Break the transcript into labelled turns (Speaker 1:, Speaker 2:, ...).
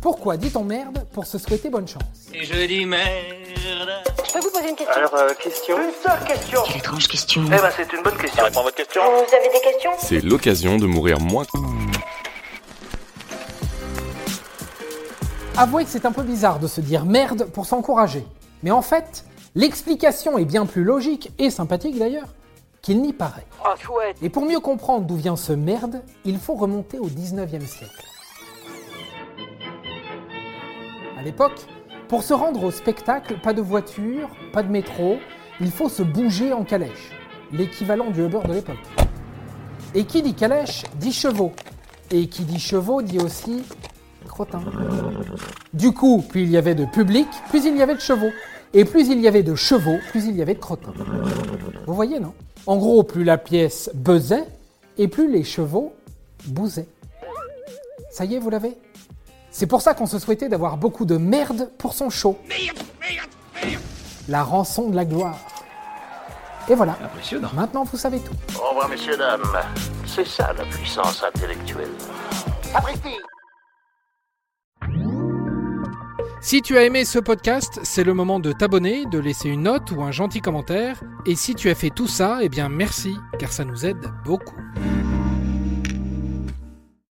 Speaker 1: Pourquoi dit-on merde pour se souhaiter bonne chance
Speaker 2: Et je dis merde.
Speaker 3: Je peux vous poser une question
Speaker 4: Alors, euh, question Une seule question
Speaker 5: Quelle étrange question
Speaker 4: Eh ben, c'est une bonne question. Ça répond à votre question
Speaker 3: Vous avez des questions
Speaker 6: C'est l'occasion de mourir moins.
Speaker 1: Avouez que c'est un peu bizarre de se dire merde pour s'encourager. Mais en fait, l'explication est bien plus logique et sympathique d'ailleurs qu'il n'y paraît.
Speaker 4: Oh, chouette
Speaker 1: Et pour mieux comprendre d'où vient ce merde, il faut remonter au 19e siècle. À l'époque, pour se rendre au spectacle, pas de voiture, pas de métro, il faut se bouger en calèche, l'équivalent du Uber de l'époque. Et qui dit calèche dit chevaux. Et qui dit chevaux dit aussi crottin. Du coup, plus il y avait de public, plus il y avait de chevaux. Et plus il y avait de chevaux, plus il y avait de crottins. Vous voyez, non En gros, plus la pièce buzzait, et plus les chevaux bousaient. Ça y est, vous l'avez C'est pour ça qu'on se souhaitait d'avoir beaucoup de merde pour son show. La rançon de la gloire. Et voilà.
Speaker 2: Impressionnant.
Speaker 1: Maintenant, vous savez tout.
Speaker 7: Au revoir, messieurs, dames. C'est ça la puissance intellectuelle. Fabrici
Speaker 1: Si tu as aimé ce podcast, c'est le moment de t'abonner, de laisser une note ou un gentil commentaire. Et si tu as fait tout ça, eh bien merci, car ça nous aide beaucoup.